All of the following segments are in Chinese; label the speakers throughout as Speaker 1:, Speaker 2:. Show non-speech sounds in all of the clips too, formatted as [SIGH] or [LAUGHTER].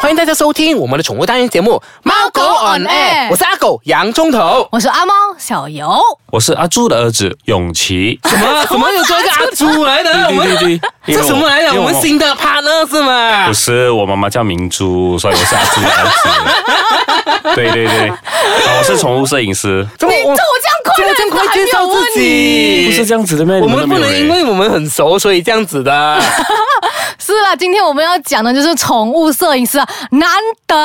Speaker 1: 欢迎大家收听我们的宠物单元节目《猫狗 on air》，我是阿狗洋葱头。
Speaker 2: 我是阿猫小游，
Speaker 1: 哦
Speaker 3: 我是阿朱的儿子永
Speaker 1: [LAUGHS]
Speaker 3: 琪。
Speaker 1: 怎么怎么又做一个阿
Speaker 4: [LAUGHS]
Speaker 1: 猪来的？我
Speaker 3: 对对对
Speaker 1: 们
Speaker 3: 对，因为
Speaker 1: 这
Speaker 3: 我
Speaker 1: 什么来的？
Speaker 3: 因为
Speaker 1: 我们新的 partner 是吗
Speaker 3: 不？是我妈妈叫明珠，所以我是阿朱的儿子。对对对，啊我是宠物摄影师，
Speaker 1: 怎么我
Speaker 2: 这我这
Speaker 1: 怎
Speaker 2: 样
Speaker 1: 么
Speaker 2: 快
Speaker 1: 这样快
Speaker 2: 乐，
Speaker 1: 介绍自己？
Speaker 3: 不
Speaker 4: 啊
Speaker 3: 是这样子的咩？
Speaker 1: 我
Speaker 3: 你
Speaker 1: 们
Speaker 3: 都没
Speaker 1: 不
Speaker 3: 有
Speaker 1: 能
Speaker 3: 欸
Speaker 1: 因为我们很熟，所以这样
Speaker 4: [LAUGHS]
Speaker 1: 子的。
Speaker 2: 是啦，今天我们要讲的就是宠物摄影师啊，难得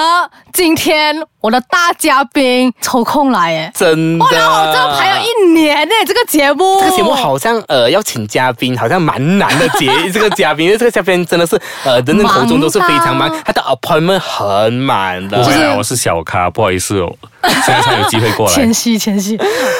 Speaker 2: 今天我的大嘉宾抽空来耶。
Speaker 1: 真
Speaker 4: 哦
Speaker 2: 哇，
Speaker 1: 的，
Speaker 2: 然后我这排了一年呢，这个节目，
Speaker 1: 这个节目好像呃要请嘉宾，好像蛮难的
Speaker 2: [LAUGHS]
Speaker 1: 节这个嘉宾，因为这个嘉宾真的是呃人人口中都是非常忙
Speaker 2: 忙到，
Speaker 1: 他的 appointment 很满的
Speaker 3: 不。会
Speaker 2: 就是
Speaker 3: 哎啦，我是小咖，不好意思哦，现在才有机会过
Speaker 1: [LAUGHS]
Speaker 3: 来。
Speaker 2: 谦虚谦虚。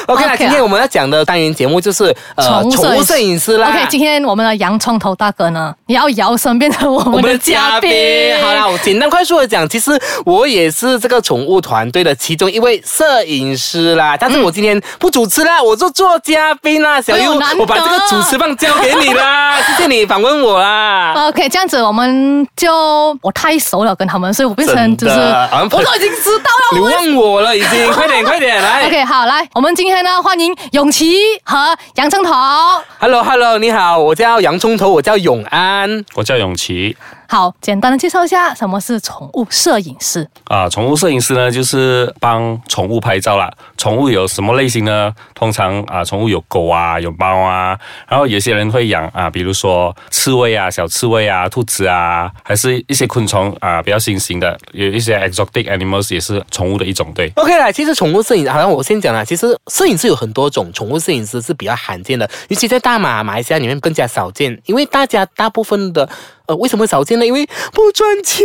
Speaker 1: OK
Speaker 2: OK
Speaker 1: 啦，
Speaker 2: 啊
Speaker 1: 今天我们要讲的单元节目就是呃
Speaker 2: 宠物摄影师
Speaker 1: 宠物摄影师啦。
Speaker 2: OK，今天我们的洋葱头大哥呢，也要摇身变成我
Speaker 1: 我
Speaker 2: 们
Speaker 1: 们
Speaker 2: 的
Speaker 1: 的嘉
Speaker 2: 嘉
Speaker 1: 宾
Speaker 2: 宾。，
Speaker 1: 好啦，我简单快速的讲，其实我也是这个宠物团队的其中一位摄影师啦，但是我今天不主持啦，我就做嘉宾啦，小
Speaker 2: 哎呦
Speaker 1: 优
Speaker 2: 难，得
Speaker 1: 我把这个主持棒交给你啦，谢谢你访问我啦。
Speaker 2: [LAUGHS] OK，这样子我们就我太熟了跟他们，所以我变成就是
Speaker 1: 真的好像
Speaker 2: 我都已经知道
Speaker 1: 你
Speaker 2: 了。我
Speaker 1: 忘我了，已经，快点，快点来。
Speaker 2: OK，好，来， [LAUGHS] 我们今天呢，欢迎永琪和杨正头。
Speaker 1: Hello，Hello，你好，我叫洋葱头，我叫永安。
Speaker 3: 我叫永琪。
Speaker 2: 好，简单的介绍一下什么是宠物摄影师。
Speaker 3: 啊，宠物摄影师呢，就是帮宠物拍照啦。宠物有什么类型呢？通常啊，宠物有狗啊，有猫啊，然后有些人会养啊，比如说刺猬啊、小刺猬啊、兔子啊，还是一些昆虫啊，比较新型的，有一些 exotic animals 也是宠物的一种，对。
Speaker 1: OK 啦，其实宠物摄影，好像我先讲啦，其实摄影师有很多种，宠物摄影师是比较罕见的，尤其在大马、马来西亚里面更加少见，因为大家大部分的。呃，为什么会少见呢？因为不赚钱。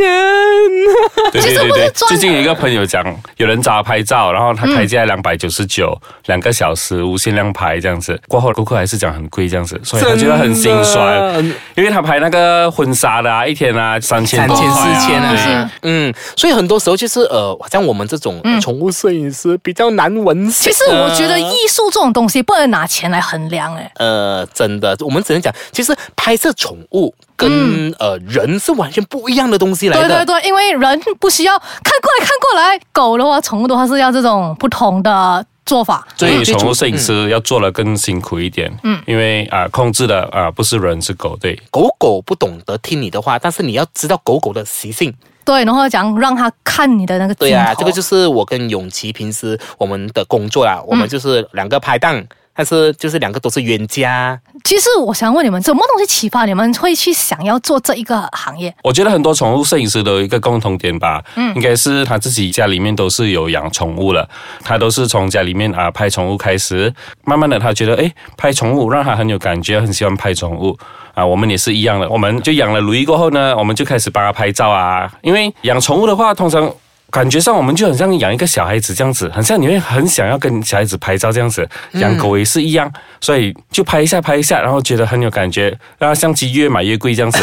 Speaker 3: 对
Speaker 2: 其实不是赚的嗯
Speaker 3: 最近有一个朋友讲，有人找他拍照，然后他开价两百九十九，两个小时无限量拍这样子，过后顾客还是讲很贵这样子，所以
Speaker 2: 啊
Speaker 3: 他觉得很心酸
Speaker 1: 真的，
Speaker 3: 因为他拍那个婚纱的啊，一天啊三千
Speaker 1: 三
Speaker 3: 多
Speaker 1: 千
Speaker 3: 块
Speaker 1: 四千
Speaker 3: 对
Speaker 1: 啊，嗯，所以很多时候就是呃，像我们这种呃宠物摄影师比较难闻。
Speaker 2: 嗯其实我觉得艺术这种东西不能拿钱来衡量，哎，
Speaker 1: 呃，真的，我们只能讲，其实拍摄宠物跟、呃人是完全不一样的东西来
Speaker 2: 嗯对
Speaker 1: 的。
Speaker 2: 对对，因为人不需要看过来看过来，狗的话，宠物的话是要这种不同的做法。
Speaker 3: 所
Speaker 1: 嗯
Speaker 3: 以
Speaker 1: 最
Speaker 3: 宠
Speaker 1: 主
Speaker 3: 物摄影师要做的更辛苦一点，嗯，因为啊、控制的啊、不是人是狗，对，
Speaker 1: 狗狗不懂得听你的话，但是你要知道狗狗的习性。
Speaker 2: 对，然后讲让他看你的那个镜头。
Speaker 1: 对啊，这个就是我跟永琪平时我们的工作啦，我们就是两个拍档，但是就是两个都是冤家。
Speaker 2: 其实我想问你们，什么东西启发你们会去想要做这一个行业？
Speaker 3: 我觉得很多宠物摄影师都有一个共同点吧，嗯，应该是他自己家里面都是有养宠物了，他都是从家里面啊拍宠物开始，慢慢的他觉得诶，拍宠物让他很有感觉，很喜欢拍宠物啊。我们也是一样的，我们就养了如意过后呢，我们就开始帮他拍照啊，因为养宠物的话，通常。感觉上我们就很像养一个小孩子这样子，很像你会很想要跟小孩子拍照这样子，养狗也是一样，所以就拍一下拍一下，然后觉得很有感觉，然后相机越买越贵这样子，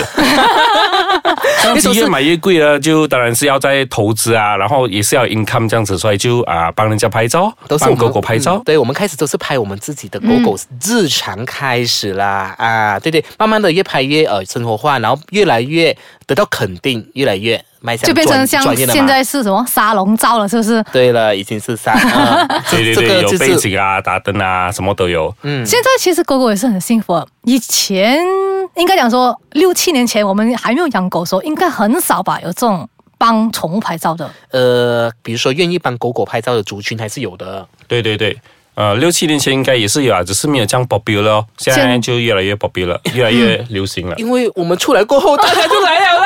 Speaker 3: 相机越买越贵了，就当然是要在投资啊，然后也是要有 income 这样子，所以就啊帮人家拍照，
Speaker 1: 都是
Speaker 3: 帮
Speaker 1: 我们
Speaker 3: 狗狗拍照。
Speaker 1: 嗯对，我们开始都是拍我们自己的狗狗日常开始啦，啊，对对，慢慢的越拍越呃生活化，然后越来越得到肯定，越来越迈向
Speaker 2: 就变成
Speaker 1: 专
Speaker 2: 像
Speaker 1: 专业的嘛
Speaker 2: 现在是什么沙龙照了，是不是？
Speaker 1: 对了，已经是三，呃
Speaker 3: 对对
Speaker 1: 这
Speaker 3: 对，
Speaker 1: 这
Speaker 3: 有
Speaker 1: 个
Speaker 3: 背
Speaker 1: 就是
Speaker 3: 景啊、打灯啊，什么都有。
Speaker 1: 嗯
Speaker 2: 现在其实狗狗也是很幸福的。以前应该讲说六七年前我们还没有养狗的时候，应该很少吧有这种帮宠物拍照的。
Speaker 1: 呃，比如说愿意帮狗狗拍照的族群还是有的。
Speaker 3: 对对对，呃，六七年前应该也是有啊，只是没有这样 popular 咯，现在
Speaker 2: 现
Speaker 3: 就越来越 popular，越来越流行
Speaker 1: [LAUGHS]
Speaker 3: 了。
Speaker 1: 因为我们出来过后，大家就来了啦。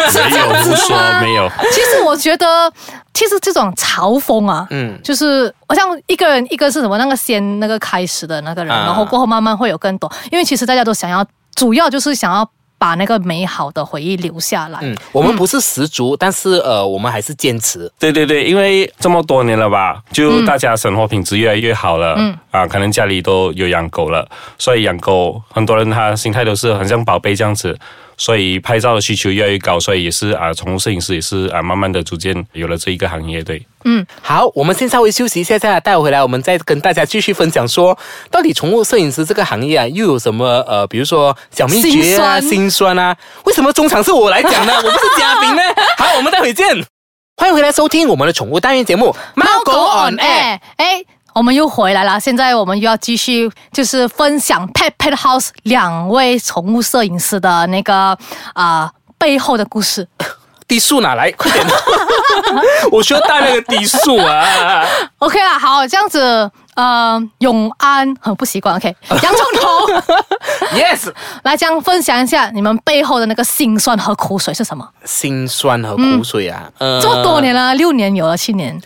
Speaker 3: 没有
Speaker 2: 子
Speaker 3: 胡
Speaker 2: 的
Speaker 3: 说，
Speaker 2: 吗
Speaker 3: 没有。
Speaker 2: 其实我觉得，其实这种嘲讽啊，
Speaker 1: 嗯
Speaker 2: 就是好像一个人一个是什么那个先那个开始的那个人，
Speaker 1: 啊
Speaker 2: 然后过后慢慢会有更多，因为其实大家都想要，主要就是想要把那个美好的回忆留下来。
Speaker 1: 嗯，我们不是十足，但是呃，我们还是坚持。
Speaker 3: 对对对，因为这么多年了吧，
Speaker 1: 嗯
Speaker 3: 就大家生活品质越来越好了，嗯啊，可能家里都有养狗了，所以养狗很多人他心态都是很像宝贝这样子，所以拍照的需求越来越高，所以也是啊，宠物摄影师也是啊，慢慢的逐渐有了这一个行业。对，
Speaker 1: 好，我们先稍微休息一下，再来带回来，我们再跟大家继续分享说，到底宠物摄影师这个行业啊，又有什么呃，比如说小秘诀啊、
Speaker 2: [LAUGHS] 辛酸
Speaker 1: 辛酸啊？为什么中场是我
Speaker 2: [LAUGHS]
Speaker 1: 来讲呢？我不是嘉宾呢？好，我们待会见。欢迎回来收听我们的宠物单元节目《猫狗 on air》。
Speaker 2: 哎，我们又回来了，现在我们又要继续就是分享 Pet Pet House 两位宠物摄影师的那个啊、呃背后的故事。
Speaker 1: 低速哪来？快点！我需要带那个低速
Speaker 2: [LAUGHS]
Speaker 1: 啊！
Speaker 2: OK 啦，好，这样子，呃，永安很不习惯。OK，洋
Speaker 1: [LAUGHS]
Speaker 2: 葱头
Speaker 1: Yes，
Speaker 2: 来这样分享一下你们背后的那个辛酸和苦水是什么？
Speaker 1: 心酸和苦水啊，呃
Speaker 2: 嗯这么多年了，六年有了，七年。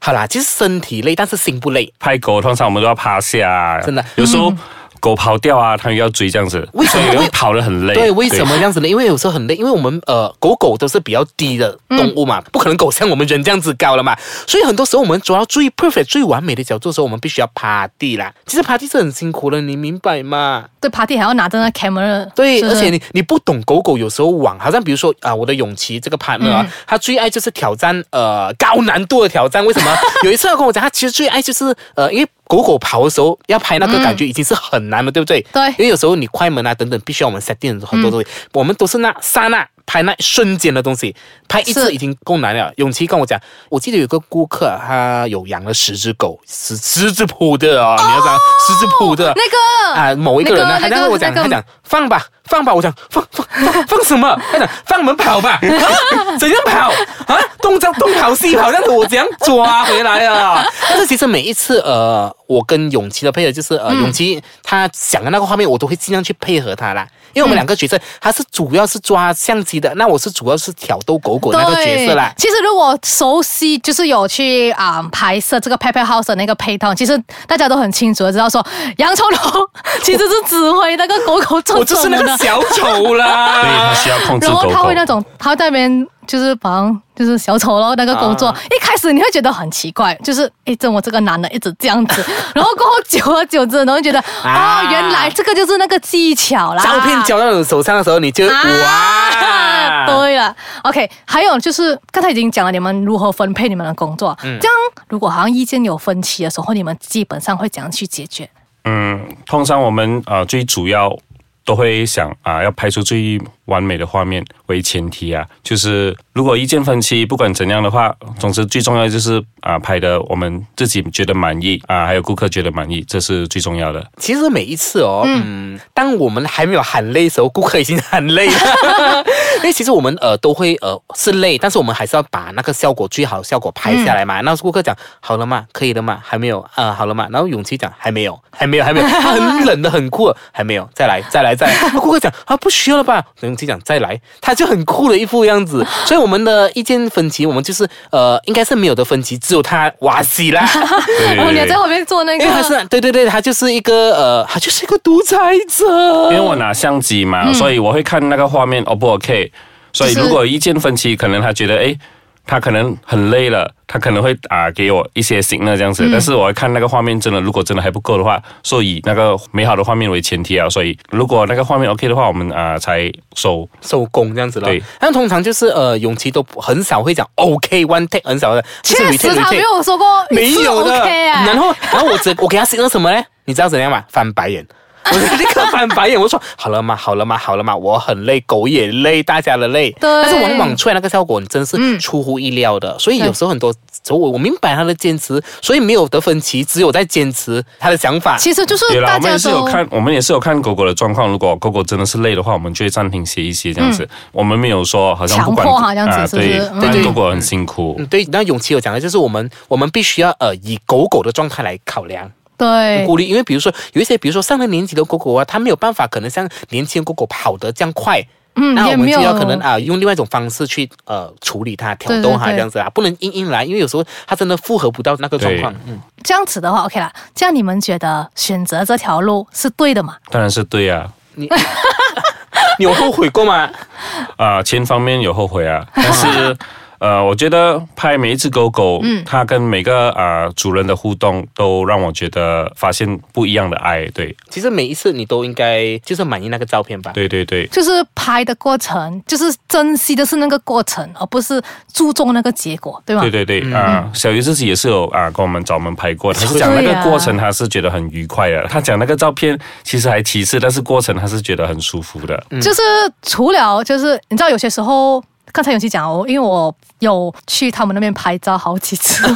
Speaker 1: 好啦，其实身体累，但是心不累。
Speaker 3: 拍狗通常我们都要趴下啊，
Speaker 1: 真的
Speaker 3: 有时候狗跑掉啊，它又要追这样子，
Speaker 1: 嗯为什么
Speaker 3: 所以
Speaker 1: 为
Speaker 3: 会跑得很累。
Speaker 1: 对，为什么这样子呢？因为有时候很累，因为我们呃狗狗都是比较低的动物嘛，不可能狗像我们人这样子高了嘛，所以很多时候我们抓到最 perfect、最完美的角度的时候，我们必须要趴地啦。其实趴地是很辛苦的，你明白吗？
Speaker 2: 对 party 还要拿着那 camera，
Speaker 1: 对，
Speaker 2: 是不
Speaker 1: 而
Speaker 2: 是
Speaker 1: 且你你不懂狗狗有时候往，好像比如说啊、我的永琪这个 partner
Speaker 2: 嗯
Speaker 1: 啊，他最爱就是挑战呃高难度的挑战。为
Speaker 2: [LAUGHS]
Speaker 1: 什么？有一次他跟我讲，他其实最爱就是呃，因为狗狗跑的时候要拍那个感觉已经是很难了，对不对？
Speaker 2: 对嗯
Speaker 1: 因为有时候你快门啊等等，必须要我们 setting 很多东西，我们都是那刹那。拍那瞬间的东西，拍一次
Speaker 2: 是
Speaker 1: 已经够难了。永琪跟我讲，我记得有个顾客啊他有养了十只狗，十十只扑的哦，你要讲十只扑的，
Speaker 2: 哦那个
Speaker 1: 啊，某一个人呢，他
Speaker 2: 那个
Speaker 1: 在跟我讲，
Speaker 2: 那
Speaker 1: 他
Speaker 2: 个
Speaker 1: 讲放吧，放吧，我讲放放放放什么？他讲放我们跑吧，啊怎样跑啊？东张东跑西跑，这样子我怎样抓回来啊？但是其实每一次呃，我跟永琪的配合就是呃，永琪他想的那个画面，我都会尽量去配合他啦。因为我们两个角色，他是主要是抓相机的，那我是主要是挑逗狗狗那个角色啦。
Speaker 2: 其实如果熟悉，就是有去啊、拍摄这个 Pepper House 的那个配套，其实大家都很清楚的知道说，洋葱头 [LAUGHS] 其实是指挥那个狗狗走
Speaker 1: 我就是
Speaker 2: 走
Speaker 1: 那
Speaker 2: 的
Speaker 1: 个，小丑
Speaker 3: 对，它
Speaker 1: 啦。
Speaker 3: 需要控制
Speaker 2: 然
Speaker 3: 狗
Speaker 2: 后
Speaker 3: 狗。
Speaker 2: 他会那种，他会在那边就是帮就是小丑咯那个工作，
Speaker 1: 啊
Speaker 2: 一开始你会觉得很奇怪，就是诶，怎么这个男的一直这样
Speaker 3: [LAUGHS]
Speaker 2: 子，然后过后久而久之，然后觉得
Speaker 1: 啊
Speaker 2: 哦，原来这个就是那个技巧啦，
Speaker 1: 照片交到你手上的时候，你就哇
Speaker 2: 啊，，对了，OK，还有就是刚才已经讲了你们如何分配你们的工作，
Speaker 3: 嗯
Speaker 2: 这样如果好像意见有分歧的时候，你们基本上会怎样去解决？
Speaker 3: 嗯，通常我们啊、呃最主要都会想啊、要拍出最完美的画面为前提啊。就是如果意见分歧，不管怎样的话，总之最重要就是啊、拍的我们自己觉得满意啊、还有顾客觉得满意，这是最
Speaker 2: [LAUGHS]
Speaker 3: 重要的。
Speaker 1: 其实每一次哦，嗯当我们还没有喊累的时候，顾客已经喊累了。 [LAUGHS] 因为其实我们呃都会呃是累，但是我们还是要把那个效果最好的效果拍下来嘛。那顾客讲好了嘛，可以了嘛，还没有啊、呃好了嘛。然后永琪讲还没有，还没有，还没有，他很冷的很酷，还没有，再来，再来，再来。那顾客讲啊不需要了吧？永琪讲再来，他就很酷的一副样子。所以我们的意见分歧，我们就是呃应该是没有的分歧，只有他哇西啦。
Speaker 3: 对哎
Speaker 2: 哦，你还在后面做那
Speaker 1: 因为他
Speaker 2: 个，
Speaker 3: 啊
Speaker 1: 是对对对，他就是一个呃，他就是一个独裁者。
Speaker 3: 因为我拿相机嘛，所以我会看那个画面 O 不 OK。所以
Speaker 2: 嗯就是
Speaker 3: 如果意见分歧，可能他觉得诶，他可能很累了，他可能会啊、给我一些 signal 这样
Speaker 2: 嗯
Speaker 3: 子，但是我会看那个画面，真的如果真的还不够的话，所以以那个美好的画面为前提啊，所以如果那个画面 OK 的话，我们啊、才收。
Speaker 1: 收工这样子了
Speaker 3: 对，
Speaker 1: 但通常就是呃，永琪都很少会讲 OK one take，很少的，就是
Speaker 2: 确
Speaker 1: retake
Speaker 2: 实他
Speaker 1: retake，
Speaker 2: 没有说过
Speaker 1: 没有的。
Speaker 2: OK 啊
Speaker 1: 然，后然后我只我给他 signal 什么呢？你知道怎样吗？翻
Speaker 2: [LAUGHS]
Speaker 1: 白眼。我就立刻翻白眼，我说好了嘛，好了嘛，好了嘛，我很累，狗也累，大家的累。
Speaker 2: 对嗯
Speaker 1: 但是往往出来那个效果，你真是出乎意料的。所以有时候很多，所以我我明白他的坚持，所以没有得分歧，只有在坚持他的想法。
Speaker 2: 其实就是
Speaker 3: 对啦，
Speaker 2: 大
Speaker 3: 我们
Speaker 2: 家
Speaker 3: 也啊是有
Speaker 2: 都
Speaker 3: 看，我们也是有看狗狗的状况。如果狗狗真的是累的话，我们就会暂停歇一歇这样子。我们没有说好像不管
Speaker 2: 嗯强
Speaker 3: 啊
Speaker 2: 迫它这样子是不是
Speaker 3: 对，
Speaker 2: 嗯
Speaker 3: 不然狗狗很辛苦。
Speaker 1: 嗯，对，那永琪有讲的就是我们我们必须要呃以狗狗的状态来考量。
Speaker 2: 对
Speaker 1: 顾虑，因为比如说有一些，比如说上了年纪的狗狗啊，它没有办法，可能像年轻的狗狗跑得这样快。
Speaker 2: 嗯
Speaker 1: 那
Speaker 2: 也
Speaker 1: 我们
Speaker 2: 没
Speaker 1: 就
Speaker 2: 有
Speaker 1: 要可能啊、用另外一种方式去呃处理它，挑
Speaker 2: 对
Speaker 1: 逗
Speaker 2: 对
Speaker 1: 它
Speaker 2: 对
Speaker 1: 这样子啊，不能硬硬来，因为有时候它真的复合不到那个状况。嗯，
Speaker 2: 这样子的话 OK 啦。这样你们觉得选择这条路是对的吗？
Speaker 3: 当然是对啊，
Speaker 1: 你有后悔过吗？ [LAUGHS]
Speaker 2: [LAUGHS]
Speaker 3: 啊、前方面有后悔啊，但是呃，我觉得拍每一只狗狗，
Speaker 2: 嗯
Speaker 3: 它跟每个啊、呃主人的互动，都让我觉得发现不一样的爱。对，
Speaker 1: 其实每一次你都应该就是满意那个照片吧。
Speaker 3: 对对对，
Speaker 2: 就是拍的过程，就是珍惜的是那个过程，而不是注重那个结果，对吧？
Speaker 3: 对对对啊、小鱼自己也是有啊、跟我们找我们拍过，他是
Speaker 2: 对
Speaker 3: 讲那
Speaker 2: 呀
Speaker 3: 个过程，他是觉得很愉快
Speaker 2: 嗯
Speaker 3: 的。他讲那个照片其实还其次，但是过程他是觉得很舒服的。
Speaker 2: 就是除了就是你知道有些时候。刚才有去讲哦，因为我有去他们那边拍照好几次，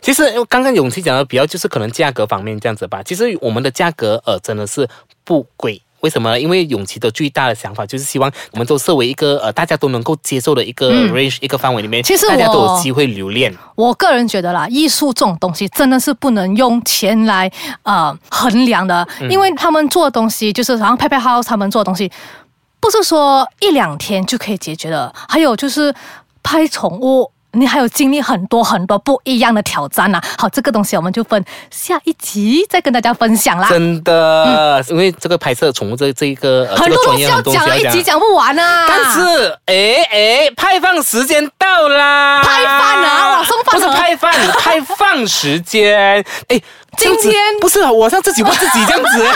Speaker 1: 其实呃刚刚勇气讲的比较就是可能价格方面这样子吧。其实我们的价格呃真的是不贵。为什么呢？因为永琪的最大的想法就是希望我们都设为一个呃大家都能够接受的一个 range、一个范围里面，
Speaker 2: 嗯其实
Speaker 1: 大家都
Speaker 2: 我啊
Speaker 1: 有机会留恋。
Speaker 2: 我个人觉得啦，艺术这种东西真的是不能用钱来呃衡量的，
Speaker 1: 嗯
Speaker 2: 因为他们做的东西就是，然后拍拍 house 他们做的东西，不是说一两天就可以解决的。还有就是拍宠物。你还有经历很多很多不一样的挑战呐、好，这个东西我们就分下一集再跟大家分享啦。
Speaker 1: 真的，因为这个拍摄宠物这这一个、呃、
Speaker 2: 很
Speaker 1: 这
Speaker 2: 多东
Speaker 1: 个专
Speaker 2: 西
Speaker 1: 业
Speaker 2: 要
Speaker 1: 很多
Speaker 2: 讲了，一集讲不完啊。
Speaker 1: 但是，哎哎，派放时间到啦！
Speaker 2: 派饭啊哇送饭盒
Speaker 1: 不是派饭，派放时
Speaker 2: [LAUGHS]
Speaker 1: 间。哎，这样子
Speaker 2: 今天
Speaker 1: 不是啊，我好像自己问自己这
Speaker 2: [LAUGHS]
Speaker 1: 样子。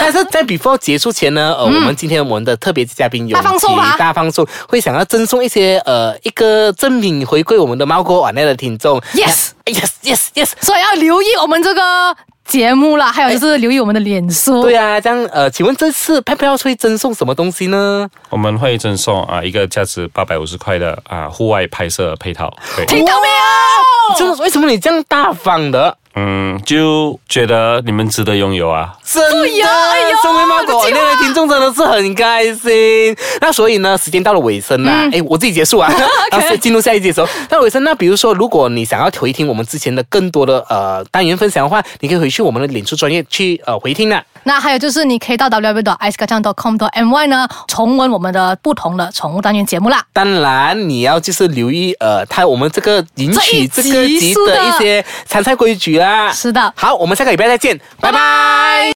Speaker 1: 但是在 before 结束前呢，呃，我们今天我们的特别嘉宾
Speaker 2: 嗯
Speaker 1: 有
Speaker 2: 大放送啊吧
Speaker 1: 大放送会想要赠送一些呃一个赠品回馈我们的猫哥碗内的听众。
Speaker 2: Yes
Speaker 1: yes yes yes。
Speaker 2: 所以要留意我们这个节目啦，还有就是留意我们的脸书。
Speaker 1: 哎对啊，这样呃，请问这次派票会赠送什么东西呢？
Speaker 2: 哦
Speaker 3: 我们会赠送啊、一个价值八百五十块的啊、户外拍摄配套。对。
Speaker 2: 听到没有？
Speaker 1: 就是为什么你这样大方的？
Speaker 3: 嗯，就觉得你们值得拥有啊。
Speaker 1: 真的，
Speaker 2: 呀哎呦
Speaker 1: 身为猫狗那个听众真的是很开心。那所以呢，时间到了尾声
Speaker 2: 嗯
Speaker 1: 啦，哎、我自己结
Speaker 2: [LAUGHS]
Speaker 1: 束啊，然后是进入下一集的时候，到了尾声，那比如说，如果你想要回听我们之前的更多的呃单元分享的话，你可以回去我们的脸书专业去呃回听啦。
Speaker 2: 那还有就是，你可以到 w w w i c e k a c a n g c o m m y 呢，重温我们的不同的宠物单元节目啦。
Speaker 1: 当然，你要就是留意呃，它我们这个引
Speaker 2: 这一
Speaker 1: 起这个
Speaker 2: 集
Speaker 1: 集
Speaker 2: 数的
Speaker 1: 的一些参赛规矩啦。啊
Speaker 2: 是的
Speaker 1: 好，我们下个礼拜再见，拜拜